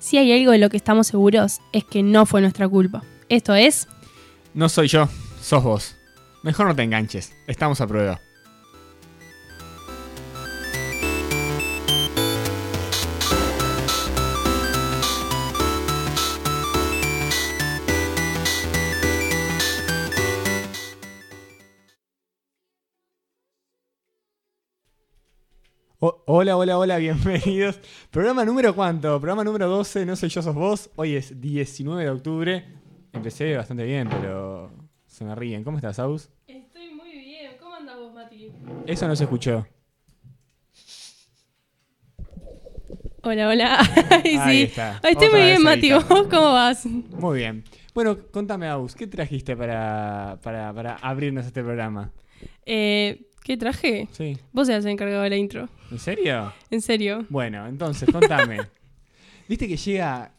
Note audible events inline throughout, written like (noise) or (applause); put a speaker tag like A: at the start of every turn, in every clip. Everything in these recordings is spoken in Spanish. A: Si hay algo de lo que estamos seguros es que no fue nuestra culpa. Esto es,
B: No soy yo, sos vos. Mejor no te enganches, estamos a prueba. O- Hola, hola, hola, bienvenidos. Programa número cuánto? Programa número 12, no soy yo, sos vos. Hoy es 19 de octubre. Empecé bastante bien, pero se me ríen. ¿Cómo estás, Aus?
A: Estoy muy bien. ¿Cómo andas vos, Mati?
B: Eso no se escuchó.
A: Hola, hola. Ay,
B: Ahí
A: (laughs) sí.
B: está.
A: Ay, estoy
B: Otra
A: muy
B: vez
A: bien, Mati.
B: editando.
A: ¿Vos cómo vas?
B: Muy bien. Bueno, contame, Aus, ¿qué trajiste para, para, para abrirnos este programa?
A: Eh, ¿Qué traje?
B: Sí.
A: Vos eras el encargado de la intro.
B: ¿En serio?
A: En serio.
B: Bueno, entonces, (laughs) contame. Viste que llega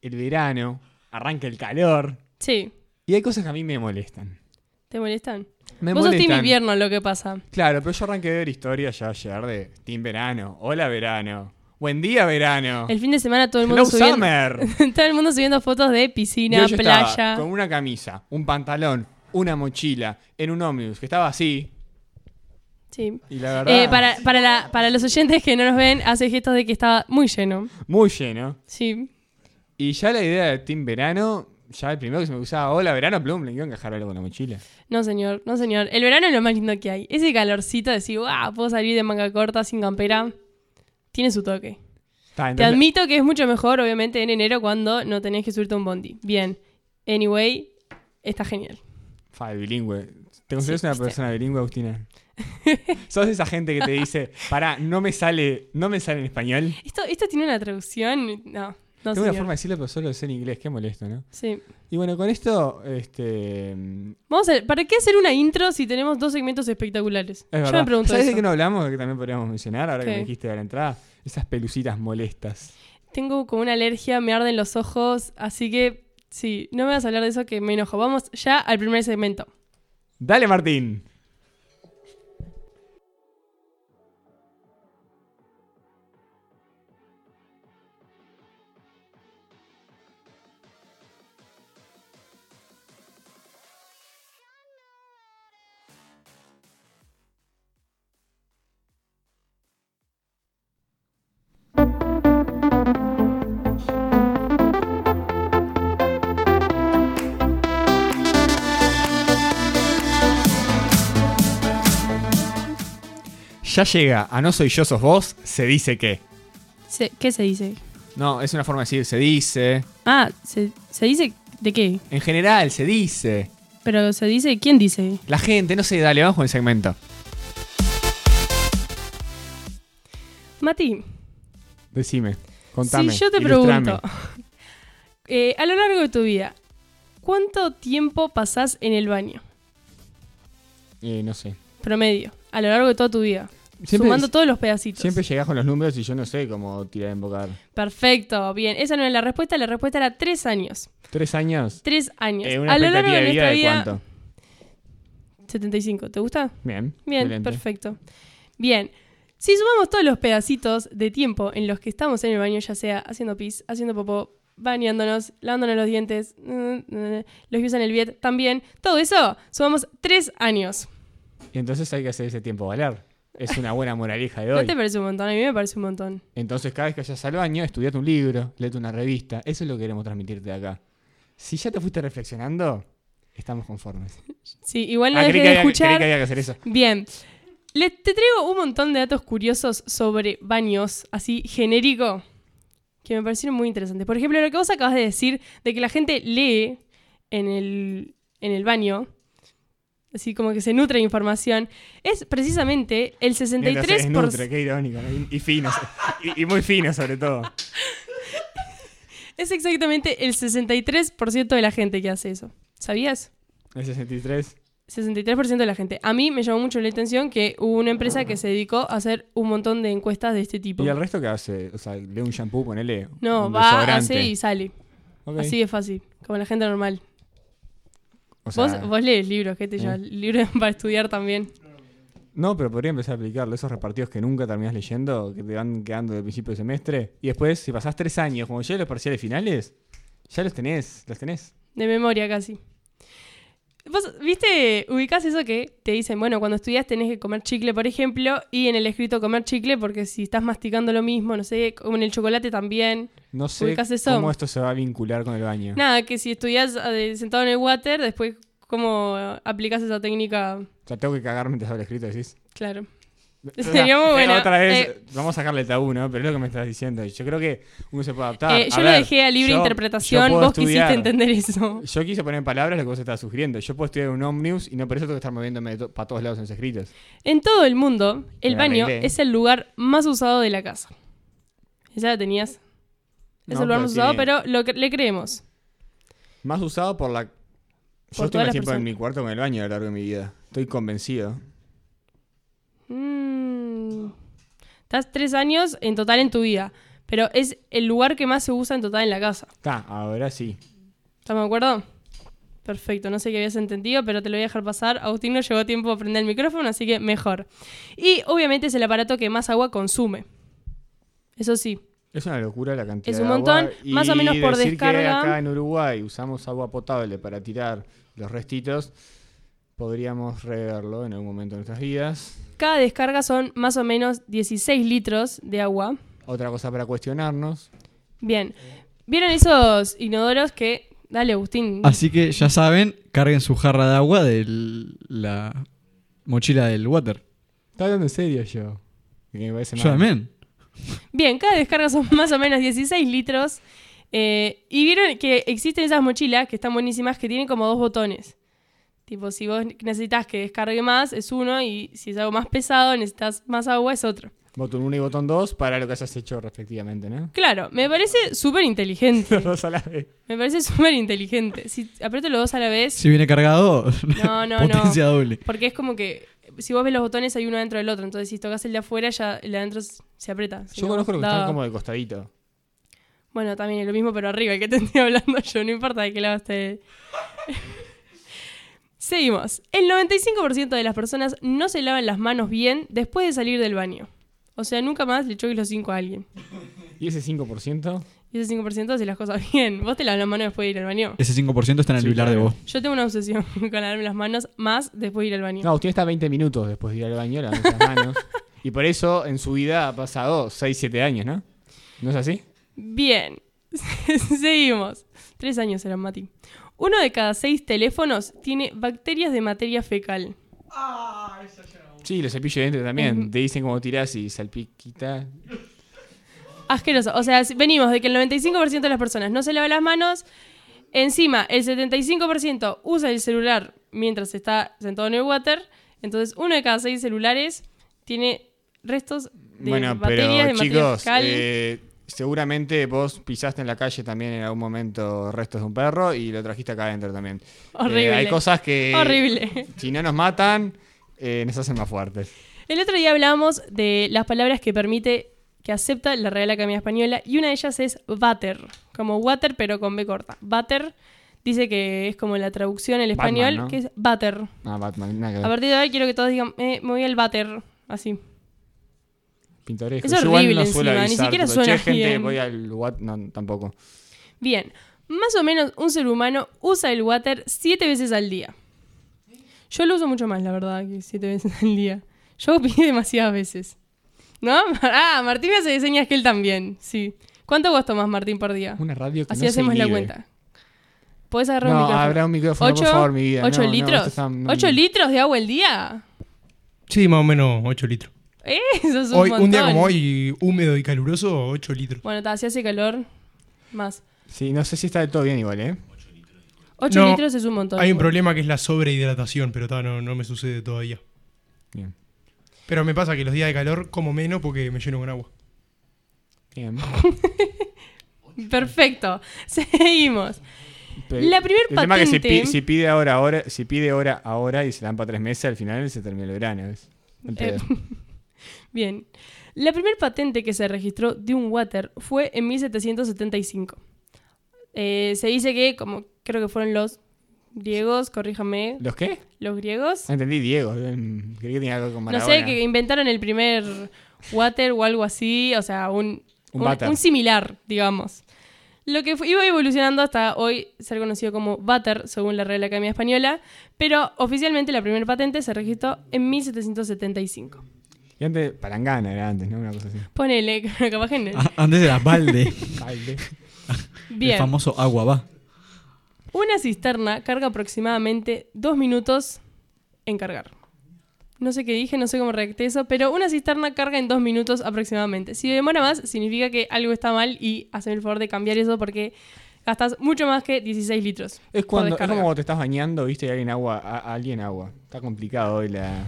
B: el verano, arranca el calor,
A: Sí.
B: y hay cosas que a mí me molestan.
A: ¿Te molestan?
B: Me
A: Vos sos
B: molestan.
A: team invierno lo que pasa.
B: Claro, pero yo arranqué de ver historia ya ayer de Team Verano. Hola, verano. Buen día, verano.
A: El fin de semana todo el
B: Hello,
A: mundo subiendo...
B: summer.
A: (laughs) todo el mundo subiendo fotos de
B: Y
A: piscina,
B: hoy yo estaba
A: playa.
B: Con una camisa, un pantalón, una mochila, en un ómnibus que estaba así.
A: Sí.
B: Y la verdad,
A: Eh, para, para, la- para los oyentes que no nos ven, hace gestos de que estaba muy lleno.
B: muy lleno.
A: Sí.
B: Y ya la idea de Team Verano, ya el primero que se me usaba, hola verano, plum, le quiero encajar algo en la mochila.
A: No, señor, no, señor. El verano es lo más lindo que hay. Ese calorcito de decir, wow, puedo salir de manga corta sin campera, tiene su toque.
B: Ta,
A: Te
B: entonces-
A: admito que es mucho mejor, obviamente, en enero cuando no tenés que subirte a un bondi. Bien. Anyway, está genial.
B: Fa, bilingüe. ¿Te consideras
A: Sí,
B: una
A: viste.
B: persona
A: (laughs)
B: bilingüe, Agustina? Sos esa gente que te dice, pará, no me sale, no me sale en español.
A: Esto, esto tiene una traducción. No, no,
B: Tengo
A: señor.
B: una forma de decirlo, pero solo sé en inglés, qué molesto, ¿no?
A: Sí.
B: Y bueno, con esto, este. mm,
A: Vamos a ver, ¿para qué hacer una intro si tenemos dos segmentos espectaculares?
B: Es
A: Yo
B: verdad.
A: me pregunto
B: ¿Sabes de
A: eso.
B: qué no hablamos? Que también podríamos mencionar, ahora que
A: ¿Qué?
B: me dijiste de la entrada. Esas pelucitas molestas.
A: Tengo como una alergia, me arden los ojos, así que sí, no me vas a hablar de eso que me enojo. Vamos ya al primer segmento.
B: Dale, Martín. Ya llega a No Soy Yo, Sos Vos, se dice que.
A: Se- ¿Qué se dice?
B: No, es una forma de decir, se dice.
A: Ah, se, se dice de qué?
B: En general, se dice.
A: Pero se dice, ¿quién dice?
B: La gente, no sé, dale, vamos con el segmento.
A: Mati,
B: Decime, contame.
A: si yo te
B: ilustrame.
A: pregunto, (laughs) eh, a lo largo de tu vida, ¿cuánto tiempo pasás en el baño?
B: Eh, no sé.
A: Promedio, a lo largo de toda tu vida.
B: Siempre,
A: sumando todos los pedacitos.
B: siempre llegás con los números y yo no sé cómo tirar en bocar.
A: Perfecto, bien. Esa no era la respuesta, la respuesta era tres años.
B: ¿Tres años?
A: Tres años.
B: Eh, una
A: a lo largo
B: expectativa
A: de
B: de vida
A: nuestra
B: de
A: vida.
B: cuánto.
A: 75, ¿te gusta?
B: Bien.
A: Bien,
B: excelente.
A: perfecto. Bien. Si sumamos todos los pedacitos de tiempo en los que estamos en el baño, ya sea haciendo pis, haciendo popó, bañándonos, lavándonos los dientes, mm, mm, los que usan el Viet también, todo eso, sumamos tres años.
B: Y entonces hay que hacer ese tiempo valer. Es una buena moraleja de
A: (laughs) ¿No
B: hoy.
A: te parece un montón? A mí me parece un montón.
B: Entonces, cada vez que vayas al baño, estudiate un libro, leete una revista. Eso es lo que queremos transmitirte acá. Si ya te fuiste reflexionando, estamos conformes.
A: Sí, igual no
B: Ah,
A: dejes
B: creí
A: de
B: que, había, creí
A: escuchar.
B: que había que hacer eso.
A: Bien. Le- te traigo un montón de datos curiosos sobre baños, así genérico, que me parecieron muy interesantes. Por ejemplo, lo que vos acabas de decir de que la gente lee en el, en el baño, así como que se nutre de información, es precisamente el
B: Mientras
A: 63%.
B: se desnutre, qué irónico. ¿no? Y, y fino. y, y muy fino,
A: (laughs)
B: sobre todo.
A: es exactamente el 63% de la gente que hace eso. ¿Sabías?
B: El 63.
A: 63% de la gente. A mí me llamó mucho la atención que hubo una empresa que se dedicó a hacer un montón de encuestas de este tipo.
B: ¿Y el resto qué hace? O sea, lee un shampoo, ponele.
A: No,
B: un
A: va,
B: desodorante.
A: hace y sale.
B: Ok.
A: Así de fácil, como la gente normal.
B: O sea,
A: vos, vos lees libros, ¿qué te
B: ¿eh?
A: (laughs) llevas? Libros para estudiar también.
B: No, pero podría empezar a aplicarlo. Esos repartidos que nunca terminás leyendo, que te van quedando del principio del semestre. Y después, si pasás tres años, como ya los parciales finales, ya los tenés, los tenés.
A: De memoria casi. Vos, ¿viste? Ubicás eso que te dicen, bueno, cuando estudias tenés que comer chicle, por ejemplo, y en el escrito comer chicle, porque si estás masticando lo mismo, no sé, como en el chocolate también.
B: No sé
A: Ubicás eso.
B: cómo esto se va a vincular con el baño.
A: Nada, que si estudias eh, sentado en el water, después cómo eh, aplicás esa técnica,
B: O sea, tengo que cagar mientras hablo escrito, decís.
A: claro.
B: O
A: (laughs)
B: sea,
A: Sería muy
B: eh,
A: buena.
B: Otra vez,
A: Eh.
B: vamos a sacarle el tabú, ¿no? Pero es lo que me estás diciendo. Yo creo que uno se puede adaptar.
A: Eh, yo
B: A
A: lo
B: ver,
A: dejé a libre
B: yo-
A: interpretación,
B: yo puedo
A: vos
B: estudiar.
A: quisiste entender eso.
B: Yo quise poner en palabras lo que vos estabas sugiriendo. Yo puedo estudiar un Omnius y no por eso tengo que estar moviéndome para todos lados en los escritos.
A: En todo el mundo, el
B: Me
A: baño
B: arreglé.
A: es el lugar más usado de la casa. Ya la tenías. Es
B: No,
A: el lugar
B: pero
A: más usado,
B: tiene-
A: pero lo que- le creemos.
B: Más usado por la. Yo
A: Por
B: estoy
A: todas
B: más
A: las
B: tiempo en
A: personas.
B: mi cuarto que en el baño a lo largo de mi vida. Estoy convencido.
A: Mm. Estás tres años en total en tu vida, pero es el lugar que más se usa en total en la casa.
B: Está, ahora sí.
A: ¿Estamos de acuerdo? Perfecto, no sé qué habías entendido, pero te lo voy a dejar pasar. Agustín no llegó a tiempo a prender el micrófono, así que mejor. Y obviamente es el aparato que más agua consume. Eso sí,
B: Es una locura la cantidad
A: Es un
B: de agua.
A: montón, más o menos
B: Y
A: por
B: decir Que
A: descarga.
B: acá en Uruguay usamos agua potable para tirar los restitos. Podríamos reverlo en algún momento de nuestras vidas.
A: Cada descarga son más o menos 16 litros de agua.
B: Otra cosa para cuestionarnos.
A: Bien. ¿Vieron esos inodoros que... Dale, Agustín.
B: Ah,
C: Así que ya saben, carguen su jarra de agua de la mochila del water.
B: Está hablando en serio yo. Que me parece
C: Yo
B: mal.
C: también.
A: Bien, cada descarga son (laughs) más o menos 16 litros. Eh, y vieron que existen esas mochilas que están buenísimas que tienen como dos botones. Tipo, si vos necesitas que descargue más, es uno. Y si es algo más pesado, necesitas más agua, es otro.
B: Botón 1 y botón 2 para lo que hayas hecho respectivamente, ¿no?
A: Claro, me parece súper inteligente.
B: (laughs) Los dos a la vez.
A: Me parece súper inteligente. Si aprieto los dos a la vez...
C: Si viene cargado, (laughs)
A: No, no, no.
C: potencia doble.
A: Porque es como que si vos ves los botones hay uno dentro del otro, entonces si tocas el de afuera ya el de adentro s- se aprieta. Si
B: Yo
A: no,
B: conozco los que
A: da-
B: están como de costadito.
A: Bueno, también es lo mismo pero arriba, el que te (laughs) estoy hablando yo, no importa de qué lado esté. Seguimos. El 95% de las personas no se lavan las manos bien después de salir del baño. O sea, nunca más le choques los 5 a alguien.
B: ¿Y ese 5%?
A: Y ese 5% hace las cosas (laughs) bien. Vos te lavas las manos después de ir al baño.
C: Ese 5% está en el
B: Sí,
C: pilar de
B: claro.
C: vos.
A: Yo tengo una obsesión (laughs) con lavarme las manos más después de ir al baño.
B: No, usted está 20 minutos después de ir al baño lavando (laughs) las manos. y por eso en su vida ha pasado 6, 7 años, ¿no? ¿No es así?
A: Bien, (laughs) seguimos. Tres años eran Mati. Uno de cada seis teléfonos tiene bacterias de materia fecal.
B: Sí, los cepillos de dientes también.
A: Ujú.
B: Te dicen cómo tirás y salpiquita.
A: Asqueroso. O sea, si- venimos de que el 95% de las personas no se lava las manos. Encima, el 75% usa el celular mientras está sentado en el water. Entonces, uno de cada seis celulares tiene restos de
B: bueno,
A: bacterias
B: pero
A: de materia
B: chicos,
A: fecal.
B: eh, seguramente vos pisaste en la calle también en algún momento restos de un perro y lo trajiste acá adentro también.
A: Horrible.
B: Eh, hay cosas que...
A: Horrible.
B: Si no nos matan, eh, nos hacen más fuertes.
A: El otro día hablábamos de las palabras que permite, que acepta la Real Academia Española, y una de ellas es váter, como water pero con B corta. Váter dice que es como la traducción al
B: Batman,
A: español,
B: ¿no?
A: que es váter.
B: Ah, Batman, nada que ver.
A: A partir de hoy quiero que todos digan, eh, me voy al váter, así.
B: Pintoresco.
A: Es
B: Yo igual
A: horrible
B: no suelo
A: encima, ni
B: avisar,
A: siquiera
B: tipo, "Che,
A: suena
B: gente,
A: bien".
B: voy al What... No, tampoco.
A: Bien, más o menos un ser humano usa el water siete veces al día. Yo lo uso mucho más, la verdad, que siete veces al día. Yo (laughs) pide demasiadas veces. ¿No? (laughs) Ah, Martín me hace señas que él también, sí. ¿Cuánto vos tomás, Martín, por día?
B: Una radio que
A: Así
B: no se
A: hacemos la
B: inhibe.
A: cuenta. Podés agarrar un
B: No,
A: micrófono.
B: habrá un micrófono, por favor, mi vida.
A: ¿Ocho
B: No, no,
A: litros?
B: esto está- no,
A: ¿Ocho
B: no.
A: litros de agua al día? (laughs)
D: Sí, más o menos 8 litros.
A: Eh, Eso es un
D: Hoy, un día
A: montón.
D: como hoy, húmedo y caluroso, 8 litros.
A: Bueno, ta, si hace calor, más.
B: Sí, no sé si está del todo bien igual, ¿eh?
A: Ocho
D: No,
A: litros es un montón.
D: Hay un
A: igual.
D: problema que es la sobrehidratación, pero ta, no, no me sucede todavía.
B: Bien.
D: Pero me pasa que los días de calor como menos porque me lleno con agua.
A: (laughs)
B: Bien.
A: Perfecto. (laughs) Seguimos. La primer
B: El tema que si,
A: patente- ¿eh?
B: pi- si pide ahora, ahora, si pide hora ahora y se dan para tres meses, al final se termina el verano. ¿ves? El
A: Eh,
B: pedo.
A: (laughs) Bien. La primera patente que se registró de un water fue en 1775. Eh, se dice que, como creo que fueron los griegos, corríjame,
B: ¿Los qué?
A: los griegos.
B: Ah, Entendí Diego. em, Creí que tenía algo con
A: No
B: Maradona.
A: sé, que inventaron el primer water o algo así, o sea, un,
B: Un váter.
A: similar, digamos. Lo que fu- iba evolucionando hasta hoy ser conocido como váter, según la Real Academia Española, pero oficialmente la primera patente se registró en 1775.
B: Y antes, palangana era antes, ¿no? Una
A: (laughs)
B: cosa así.
A: Ponele, capaz que no.
C: A- Antes de las balde.
B: Balde.
C: Ah,
A: (laughs)
C: el
A: Bien.
C: famoso agua va.
A: Una cisterna carga aproximadamente dos minutos en cargar. No sé qué dije, no sé cómo reacté eso, pero una cisterna carga en dos minutos aproximadamente. Si demora más, significa que algo está mal y haceme el favor de cambiar eso porque gastas mucho más que 16 litros.
B: Es
A: por
B: cuando. Es como
A: descarga.
B: cuando te estás bañando, viste, y alguien agua. a- alguien agua. Está complicado hoy la.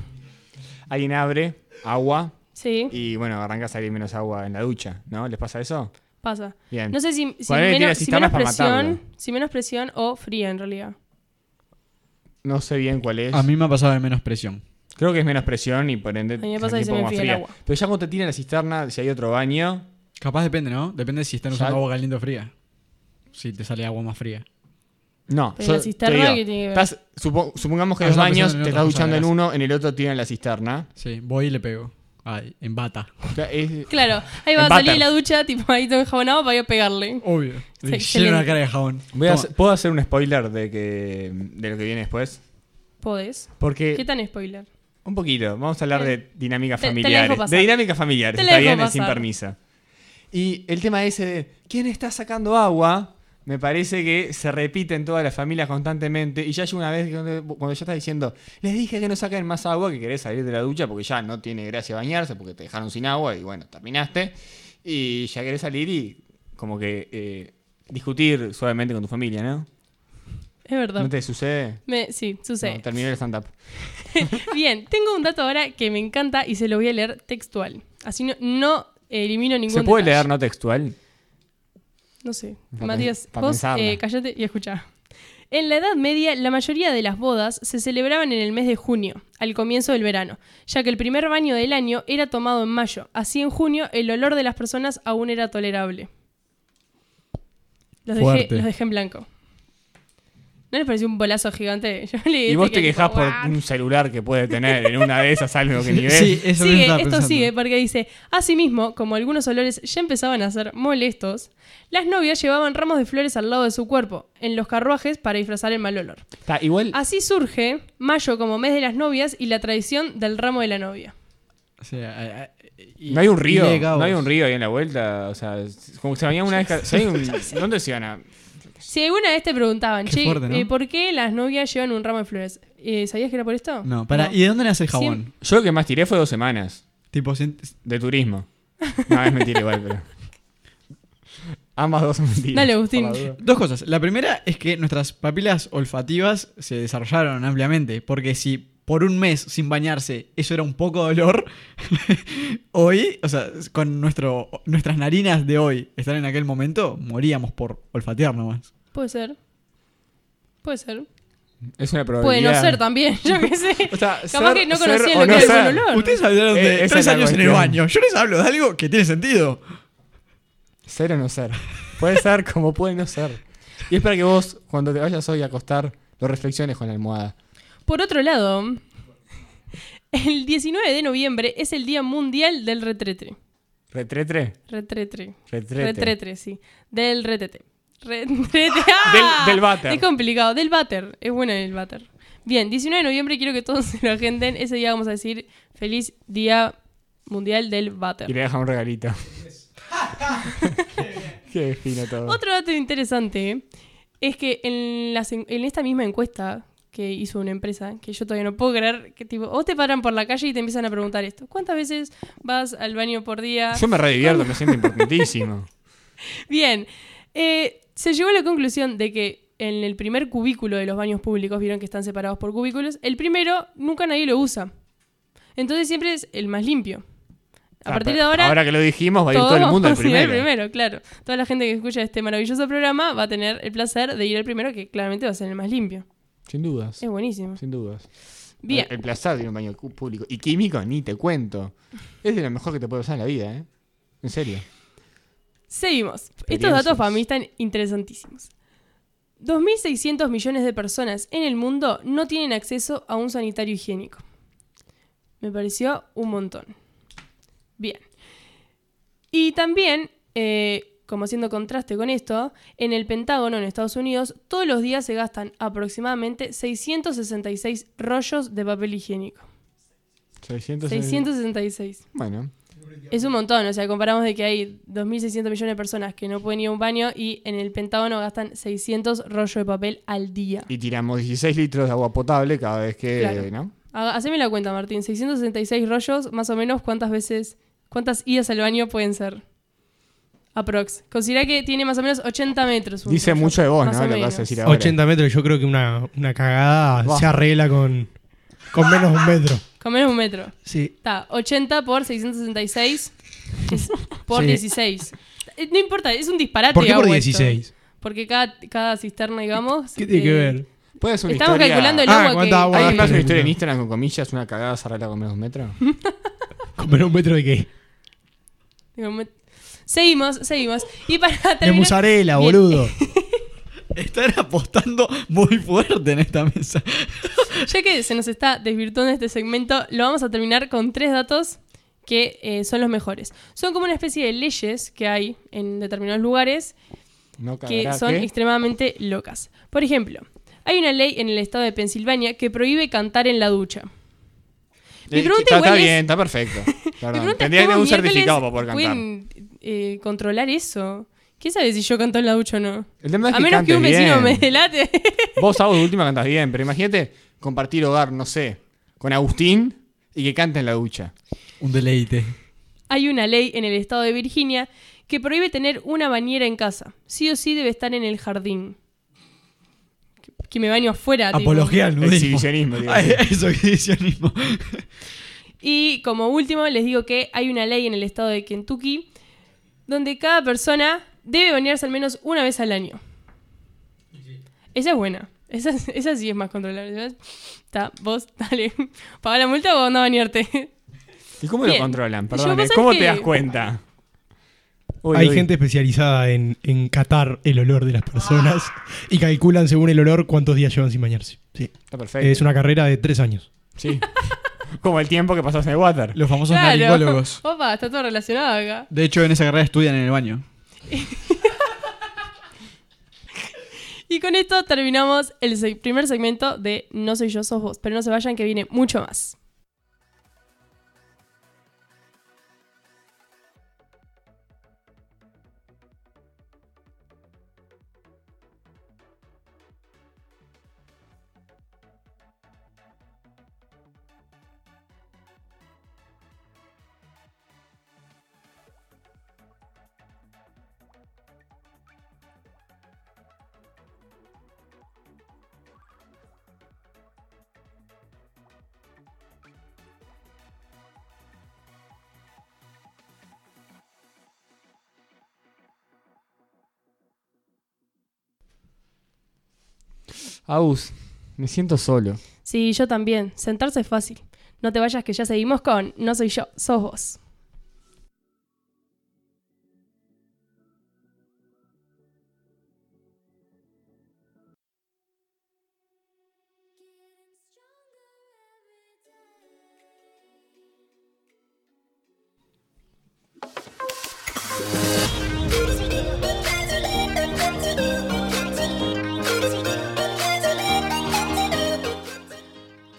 B: Alguien abre agua
A: Sí,
B: y bueno, arrancas a alguien menos agua en la ducha, ¿no? ¿Les pasa eso?
A: pasa.
B: Bien.
A: No sé si, si
B: Ponele, tira
A: menos, si menos
B: cisternas para
A: presión,
B: matarlo.
A: si menos presión o fría en realidad.
B: No sé bien cuál es.
C: A mí me ha pasado de menos presión.
B: Creo que es menos presión y por ende.
A: mí me
B: se
A: pasa
B: hace
A: que
B: un
A: se me
B: poco más
A: enfría el
B: fría.
A: agua.
B: Pero ya cuando te tiran la cisterna, si hay otro baño.
C: Capaz depende, ¿no? Depende si están
B: Ya-
C: usando agua caliente o fría. Si te sale agua más fría.
B: No,
A: Pero
B: yo
A: la
B: te
A: cisterna,
B: digo,
A: ¿qué tiene que ver?
B: estás- supo- supongamos que
C: Ah,
B: en los
C: yo estaba
B: baños
C: pensando en
B: te
C: otra
B: estás
C: cosa,
B: duchando en
C: gracias.
B: uno, en el otro tiran la cisterna.
C: Sí, voy y le pego. Ay, en bata.
B: O sea, es-
A: Claro, ahí va a
B: En
A: salir de
B: váter.
A: la ducha, tipo ahí todo enjabonado para ir a pegarle. (laughs)
C: Obvio.
A: Sí,
C: Lleno la
A: excelente.
C: cara de jabón.
B: voy a
C: Toma.
B: hacer- ¿Puedo hacer un spoiler de, que, de lo que viene después?
A: ¿Podés? ¿Qué
B: Porque.
A: tan spoiler?
B: Un poquito, vamos a hablar de dinámicas
A: Te- te la dejo
B: familiares. De
A: pasar.
B: dinámicas familiares,
A: Te la
B: está
A: dejo
B: bien, es sin
A: pasar.
B: permisa. Y el tema ese de quién está sacando agua, me parece que se repite en todas las familias constantemente. Y ya llega una vez que- cuando ya estás diciendo, les dije que no saquen más agua, que querés salir de la ducha porque ya no tiene gracia bañarse, porque te dejaron sin agua y bueno, terminaste. Y ya querés salir y como que eh, discutir suavemente con tu familia, ¿no?
A: Es verdad.
B: ¿No te sucede?
A: Me- sí, sucede.
B: No, terminé el stand-up.
A: Bien, tengo un dato ahora que me encanta y se lo voy a leer textual. Así no, no elimino ningún
B: ¿Se puede
A: detalle.
B: leer no textual?
A: No sé.
B: Pa-
A: Matías,
B: pa
A: vos
B: pensarla.
A: eh, callate y escuchá. En la Edad Media, la mayoría de las bodas se celebraban en el mes de junio, al comienzo del verano, ya que el primer baño del año era tomado en mayo. Así en junio el olor de las personas aún era tolerable. Los, dejé,
C: Fuerte.
A: los dejé en blanco. ¿No les pareció un bolazo gigante? (laughs) Yo leí
B: Y vos
A: este
B: te
A: que
B: quejas
A: tipo,
B: por
A: "Guau".
B: un celular que puede tener en una de esas algo que ni ves.
C: Sí, eso mismo
A: Sigue, esto
C: estaba pensando.
A: sigue, porque dice, asimismo, como algunos olores ya empezaban a ser molestos, las novias llevaban ramos de flores al lado de su cuerpo, en los carruajes para disfrazar el mal olor.
B: Está, igual,
A: Así surge mayo como mes de las novias y la tradición del ramo de la novia.
C: O sea, eh, eh, y-
B: no hay un río,
C: y legados.
B: no hay un río ahí en la vuelta, o sea, es como que se bañaba una vez, ca- si hay un-
A: (laughs)
B: ¿dónde se iban a?
A: Si alguna vez te preguntaban,
C: Qué
A: che,
C: fuerte, ¿no?
A: eh, ¿por qué las novias llevan un ramo de flores? Eh, ¿Sabías que era por esto?
C: No, para, ¿y de dónde nace el jabón?
B: Yo lo que más tiré fue dos semanas
C: Tipo, sien-
B: de turismo. No, es mentira igual, pero ambas dos son mentiras.
A: Dale, Agustín.
B: por la duda.
C: Dos cosas. La primera es que nuestras papilas olfativas se desarrollaron ampliamente, porque si por un mes sin bañarse eso era un poco de olor, (laughs) hoy, o sea, con nuestro, nuestras narinas de hoy estar en aquel momento, moríamos por olfatear nomás.
A: Puede ser. Puede ser.
B: Es una
A: Puede
B: probabilidad.
A: no ser también, (laughs) yo qué
B: (laughs)
A: sé.
B: O sea,
A: Capaz
B: ser-
A: que no
B: ser
A: conocían
B: o
A: lo que
B: no
A: era el
B: ser.
A: buen olor.
C: Ustedes hablaron
B: Eh,
C: de
B: esa es
C: tres
B: la
C: años en el
B: cuestión.
C: baño. Yo les hablo de algo que tiene sentido.
B: Ser o no ser. Puede ser como puede no ser. Y es para que vos, cuando te vayas hoy a acostar, lo reflexiones con la almohada.
A: Por otro lado, el 19 de noviembre es el Día Mundial del Retretre.
B: ¿Retretre?
A: Retretre.
B: Retrete.
A: Retretre, sí. Del retete. Retrete.
B: (laughs)
A: Ah,
B: Del- del váter.
A: Es complicado. Del váter. Es bueno el váter. Bien, 19 de noviembre quiero que todos (laughs) se lo agenden. Ese día vamos a decir feliz Día Mundial del
B: Y
A: Váter.
B: le deja un regalito. Qué fino todo.
A: Otro dato interesante es que en, las en- en esta misma encuesta que hizo una empresa, que yo todavía no puedo creer, que tipo, vos te paran por la calle y te empiezan a preguntar esto. ¿Cuántas veces vas al baño por día?
B: (laughs) Yo me redivierto, me siento importantísimo.
A: Bien. Eh, se llegó a la conclusión de que en el primer cubículo de los baños públicos, vieron que están separados por cubículos, el primero nunca nadie lo usa. Entonces siempre es el más limpio. A
B: Ah,
A: partir de
B: pero
A: ahora,
B: Ahora que lo dijimos, va a ir
A: todos
B: todo el
A: vamos (laughs)
B: mundo
A: a ir
B: al
A: al
B: primero.
A: primero, claro. Toda la gente que escucha este maravilloso programa va a tener el placer de ir al primero, que claramente va a ser el más limpio.
B: Sin dudas.
A: Es buenísimo.
B: Sin dudas.
A: Eh, Bien.
B: El, el placer de un baño cu- público. Y químico, ni te cuento. Es de lo mejor que te puede pasar en la vida, ¿eh? En serio.
A: Seguimos. Estos
B: Experiencias.
A: datos para mí están interesantísimos. 2.600 millones de personas en el mundo no tienen acceso a un sanitario higiénico. Me pareció un montón. Bien. Y también, eh, como haciendo contraste con esto, en el Pentágono, en Estados Unidos, todos los días se gastan aproximadamente 666 rollos de papel higiénico.
B: 600.
A: 666.
B: Bueno,
A: Es un montón, o sea, comparamos de que hay 2.600 millones de personas que no pueden ir a un baño y en el Pentágono gastan 600 rollos de papel al día.
B: y tiramos 16 litros de agua potable cada vez que.
A: Claro.
B: ¿no?
A: Haga- Haceme la cuenta, Martín. 666 rollos, más o menos, ¿cuántas veces, cuántas idas al baño pueden ser? Aprox. Considera que tiene más o menos 80 metros. un
B: Dice
A: rollo.
B: mucho de vos,
A: Más
B: ¿no?
A: o
B: Lo que vas
A: menos.
B: a decir ahora.
D: 80 metros, yo creo que una, una cagada
B: Buah.
D: se arregla con, con menos de un metro.
A: Con menos un metro.
D: Sí.
A: Está, 80 por 666
B: (laughs)
A: es por
C: Sí.
A: 16. Eh, No importa, es un disparate.
D: ¿Por qué por
A: hago esto. eh.
D: 16?
A: Porque cada, cada cisterna, digamos.
D: ¿Qué tiene que
A: eh,
D: ver?
B: Puedes una
A: Estamos
B: historia.
A: calculando el
D: Ah,
A: agua que...
D: ¿cuánta agua?
B: ¿Alguien
D: Bueno,
B: me hace una historia en
D: no.
B: Instagram con comillas? ¿Una cagada se arregla con menos metros?
D: ¿Con menos un metro de qué?
A: Digo, me- Seguimos, seguimos. Y para
D: De
A: terminar...
D: musarela,
A: Bien.
D: (laughs) boludo.
C: Están apostando muy fuerte en esta mesa.
A: (laughs) Ya que se nos está desvirtuando este segmento, lo vamos a terminar con tres datos que eh, son los mejores. Son como una especie de leyes que hay en determinados lugares
B: No
A: que
B: cagará,
A: son
B: ¿qué?
A: extremadamente locas. Por ejemplo, hay una ley en el estado de Pensilvania que prohíbe cantar en la ducha. mi
B: Eh,
A: pregunta
B: está, está
A: igual es-
B: bien,
A: (laughs)
B: está perfecto.
A: Me
B: Perdón.
A: pregunta
B: Tendría que
A: cómo
B: tener un
A: miércoles
B: certificado para poder cantar.
A: pueden, eh, controlar eso. ¿Qué sabes si yo canto en la ducha o no?
B: El tema es
A: a menos que
B: cantes
A: un vecino
B: bien.
A: me delate. (laughs)
B: Vos, Agus, de última cantás bien, pero imagínate compartir hogar, no sé, con Agustín y que cante en la ducha.
C: Un deleite.
A: Hay una ley en el estado de Virginia que prohíbe tener una bañera en casa. Sí o sí debe estar en el jardín. Que- Que me baño afuera. tipo.
C: Apología al nudismo.
B: Exhibicionismo, digo.
C: Ay, (laughs) Eso, exhibicionismo.
A: Y como último, les digo que hay una ley en el estado de Kentucky donde cada persona debe bañarse al menos una vez al año. Esa es buena. Esa, es- esa sí es más controlable. ¿sabes? Está, vos, (laughs) dale. Paga la multa o anda a bañarte.
B: ¿Y cómo
A: Bien.
B: lo controlan?
A: Yo,
B: Perdón,
A: vos
B: ¿eh?
A: sabés
B: ¿cómo
A: que-
B: te das cuenta? Uy,
D: Hay
B: uy.
D: gente especializada en, en catar el olor de las personas y calculan según el olor cuántos días llevan sin bañarse. Sí.
B: Está perfecto.
D: Es una carrera de tres años.
B: Sí. (laughs) Como el tiempo que pasas en el water.
C: Los famosos
A: Claro.
C: naricólogos.
A: Opa, está todo relacionado acá.
C: De hecho, en esa carrera estudian en el baño.
A: Y con esto terminamos el se- primer segmento de No soy yo, sos vos. Pero no se vayan que viene mucho más.
B: Agus, me siento solo.
A: Sí, yo también. Sentarse es fácil. No te vayas que ya seguimos con No soy yo, sos vos.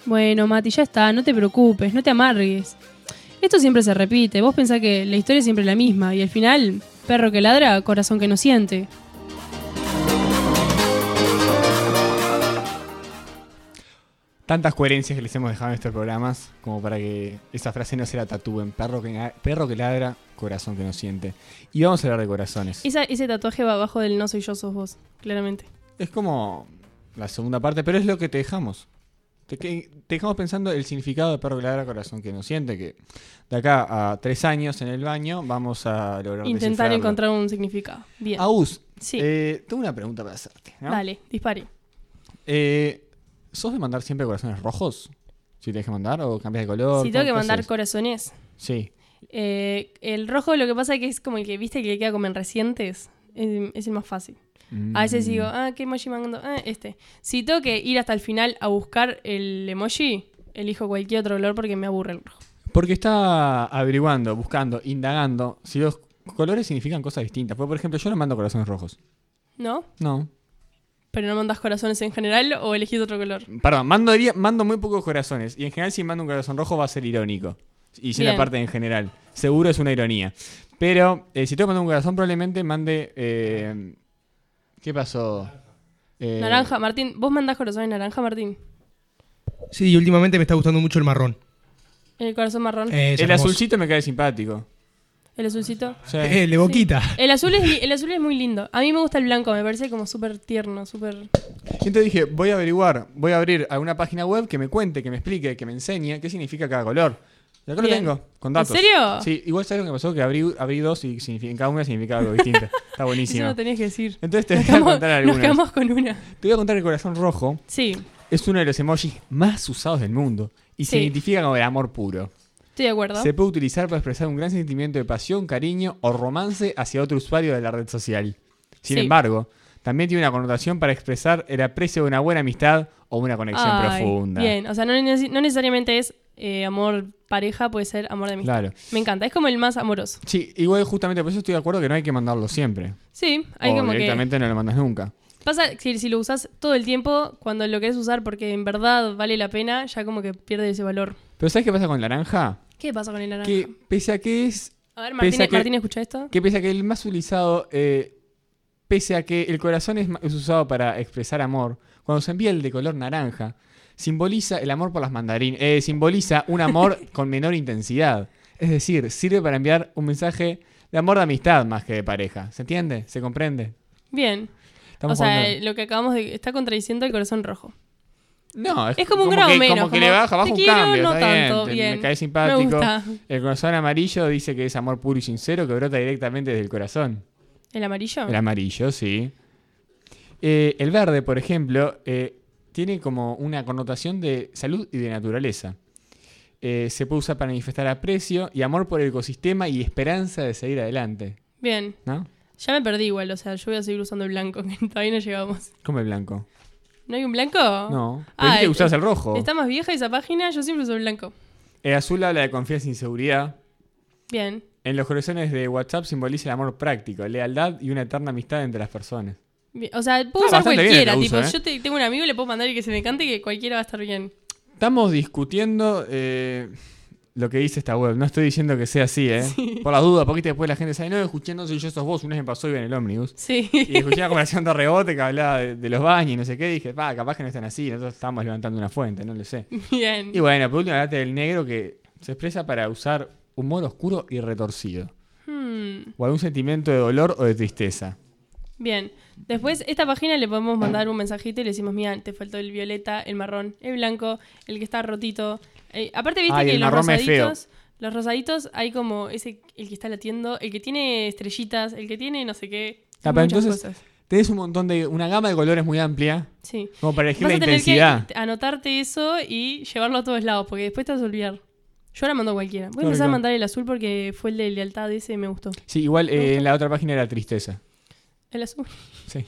A: Bueno, Mati, ya está. No te preocupes, no te amargues. Esto siempre se repite. Vos pensás que la historia es siempre la misma. Y al final, perro que ladra, corazón que no siente.
B: Tantas coherencias que les hemos dejado en estos programas como para que esa frase no se la tatúen. Perro que, na- perro que ladra, corazón que no siente. Y vamos a hablar de corazones.
A: Esa- ese tatuaje va abajo del No soy yo, sos vos. Claramente.
B: Es como la segunda parte, pero es lo que te dejamos. Te, que- te dejamos pensando el significado de perro que ladra corazón que no siente, que de acá a tres años en el baño vamos a lograr
A: Intentar
B: descifrarlo.
A: encontrar un significado. Bien.
B: Agus,
A: Sí.
B: eh, tengo una pregunta para hacerte. ¿no?
A: Dale, dispare.
B: Eh, ¿Sos de mandar siempre corazones rojos? Si tenés que mandar o cambias de color.
A: Si tengo
B: ¿Cómo-
A: que
B: qué
A: mandar
B: haces?
A: corazones.
B: Sí.
A: Eh, el rojo lo que pasa es que es como el que viste que queda como en recientes. Eh, Es el más fácil. A veces
B: Mm.
A: digo, ah, ¿qué emoji mando? Ah, este. Si tengo que ir hasta el final a buscar el emoji, elijo cualquier otro color porque me aburre el rojo.
B: Porque está averiguando, buscando, indagando si los colores significan cosas distintas. Porque, por ejemplo, yo no mando corazones rojos.
A: ¿No?
B: No.
A: ¿Pero no mandas corazones en general o elegís otro color?
B: Perdón, mando, diría- mando muy pocos corazones. Y en general, si mando un corazón rojo, va a ser irónico. Y si la
A: Bien.
B: parte en general. Seguro es una ironía. Pero eh, si tengo que mandar un corazón, probablemente mande. eh, ¿Qué pasó? Eh,
A: Naranja, Martín. ¿Vos mandás corazones naranja, Martín?
D: Sí, y últimamente me está gustando mucho el marrón.
A: El corazón marrón.
D: Eh, es
B: El
D: hermoso.
B: azulcito me cae simpático.
A: El azulcito.
B: Sí.
D: Eh, El de boquita.
A: El azul, es, li- el azul es muy lindo. A mí me gusta el blanco, me parece como súper tierno, súper...
B: Y te dije, voy a averiguar, voy a abrir alguna página web que me cuente, que me explique, que me enseñe qué significa cada color. Y acá lo
A: Bien.
B: tengo, con
A: ¿En
B: datos.
A: serio?
B: Sí, igual sabes lo que pasó, que abrí, abrí dos y significa- cada una significa algo
A: (laughs)
B: distinto. Está
A: Eso
B: buenísimo.
A: no tenías que decir.
B: Entonces (laughs) te
A: Nos
B: voy a
A: quedamos-
B: contar
A: nos
B: algunas.
A: quedamos con una.
B: Te voy a contar que el corazón rojo
A: Sí,
B: es uno de los emojis más usados del mundo y se
A: Sí.
B: identifica como el amor puro.
A: estoy de acuerdo.
B: Se puede utilizar para expresar un gran sentimiento de pasión, cariño o romance hacia otro usuario de la red social. Sin
A: Sí.
B: embargo, también tiene una connotación para expresar el aprecio de una buena amistad o una conexión
A: Ay,
B: profunda.
A: Bien, o sea, no, nece- no necesariamente es eh, amor pareja, puede ser amor de amistad.
B: Claro.
A: Me encanta, es como el más amoroso.
B: Sí, igual justamente por eso estoy de acuerdo que no hay que mandarlo siempre.
A: Sí, hay
B: o
A: como que...
B: Oh, directamente no lo mandas nunca.
A: Pasa que si, si lo usas todo el tiempo, cuando lo querés usar porque en verdad vale la pena, ya como que pierde ese valor.
B: Pero ¿sabes qué pasa con el naranja?
A: ¿Qué pasa con el naranja?
B: Que pese a que es
A: A ver,
B: pese
A: Martín,
B: a que-
A: Martín, escucha esto.
B: que pese a que el más utilizado, eh, pese a que el corazón es, ma- es usado para expresar amor, cuando se envía el de color naranja, simboliza el amor por las mandarinas, simboliza un
A: (laughs)
B: amor con menor intensidad. Es decir, sirve para enviar un mensaje de amor de amistad más que de pareja. ¿Se entiende? ¿Se comprende?
A: Bien.
B: Estamos
A: o sea,
B: jugando-
A: eh, lo que acabamos de... Está contradiciendo el corazón
B: (laughs)
A: rojo.
B: No, es,
A: es como un grado
B: que,
A: menos,
B: Como que
A: como
B: le baja, baja
A: te
B: un
A: quiero,
B: cambio.
A: no
B: está bien,
A: tanto,
B: te-
A: bien.
B: Me cae
A: Me
B: simpático.
A: gusta.
B: El corazón amarillo dice que es amor puro y sincero que brota directamente desde el corazón.
A: ¿El amarillo?
B: El amarillo, sí. Eh, el verde, por ejemplo, eh, tiene como una connotación de salud y de naturaleza. Eh, se puede usar para manifestar aprecio y amor por el ecosistema y esperanza de seguir adelante,
A: Bien.
B: ¿no?
A: Ya me perdí igual, o sea, yo voy a seguir usando el blanco, (laughs) que todavía no llegamos.
B: Como el blanco.
A: ¿No hay un blanco?
B: No. Pero
A: Ah,
B: dijiste que
A: eh,
B: usás el rojo.
A: Está más vieja esa página, yo siempre uso el blanco.
B: El azul habla de confianza y seguridad.
A: Bien.
B: En los corazones de WhatsApp simboliza el amor práctico, lealtad y una eterna amistad entre las personas.
A: Bien, O sea, puedo usar
B: Está Ah, bastante bien
A: cualquiera.
B: el que
A: tipo,
B: uso, ¿eh?
A: yo te- tengo un amigo y le puedo mandar el que se me cante que cualquiera va a estar bien. (laughs)
B: Estamos discutiendo eh, lo que dice esta web. No estoy diciendo que sea así, ¿eh? Por las dudas, porque después la gente sabe, no, escuché, no soy yo, sos vos. Una vez me pasó, iba en el ómnibus.
A: Sí. (laughs)
B: Y escuché la conversación de rebote que hablaba de, de los baños y no sé qué. Y dije, pa, capaz que no están así. Nosotros estábamos levantando una fuente, no lo sé.
A: Bien.
B: Y bueno, por último, hablaste del negro que se expresa para usar humor oscuro y retorcido.
A: Hmm,
B: O algún sentimiento de dolor o de tristeza.
A: Bien. Después, esta página le podemos mandar un mensajito y le decimos, mira, te faltó el violeta, el marrón, el blanco, el que está rotito. Eh, aparte, viste
B: Ay,
A: que
B: el
A: los
B: marrón es feo.
A: rosaditos, los rosaditos hay como ese, el que está latiendo, el que tiene estrellitas, el que tiene no sé qué.
B: Ah,
A: Hay
B: pero
A: muchas
B: entonces-
A: cosas.
B: Tenés un montón de. una gama de colores muy amplia.
A: Sí.
B: Como para elegir
A: Vas
B: la
A: a tener
B: intensidad.
A: que anotarte eso y llevarlo a todos lados, porque después te vas a olvidar. Yo ahora mando cualquiera. Voy a
B: Claro,
A: empezar
B: claro.
A: a mandar el azul porque fue el de lealtad ese y me gustó.
B: Sí, igual eh, en la otra página era tristeza.
A: El azul. (laughs)
B: Sí.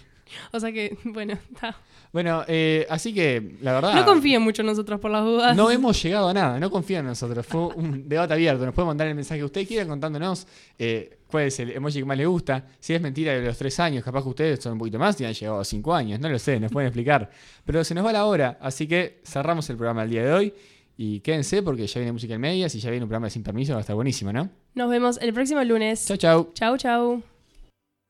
A: O sea que, bueno, está.
B: Bueno, eh, así que la verdad.
A: No confíen mucho en nosotros por las dudas.
B: no hemos llegado a nada, no confían en nosotros. Fue un debate abierto. Nos pueden mandar el mensaje que ustedes quieran contándonos eh, cuál es el emoji que más les gusta. Si es mentira de los tres años, capaz que ustedes son un poquito más y han llegado a cinco años. No lo sé, nos pueden explicar. Pero se nos va la hora, así que cerramos el programa el día de hoy. Y quédense porque ya viene música en medias y ya viene un programa de sin permiso, va a estar buenísimo, ¿no?
A: Nos vemos el próximo lunes.
B: Chau, chau.
A: Chau, chau.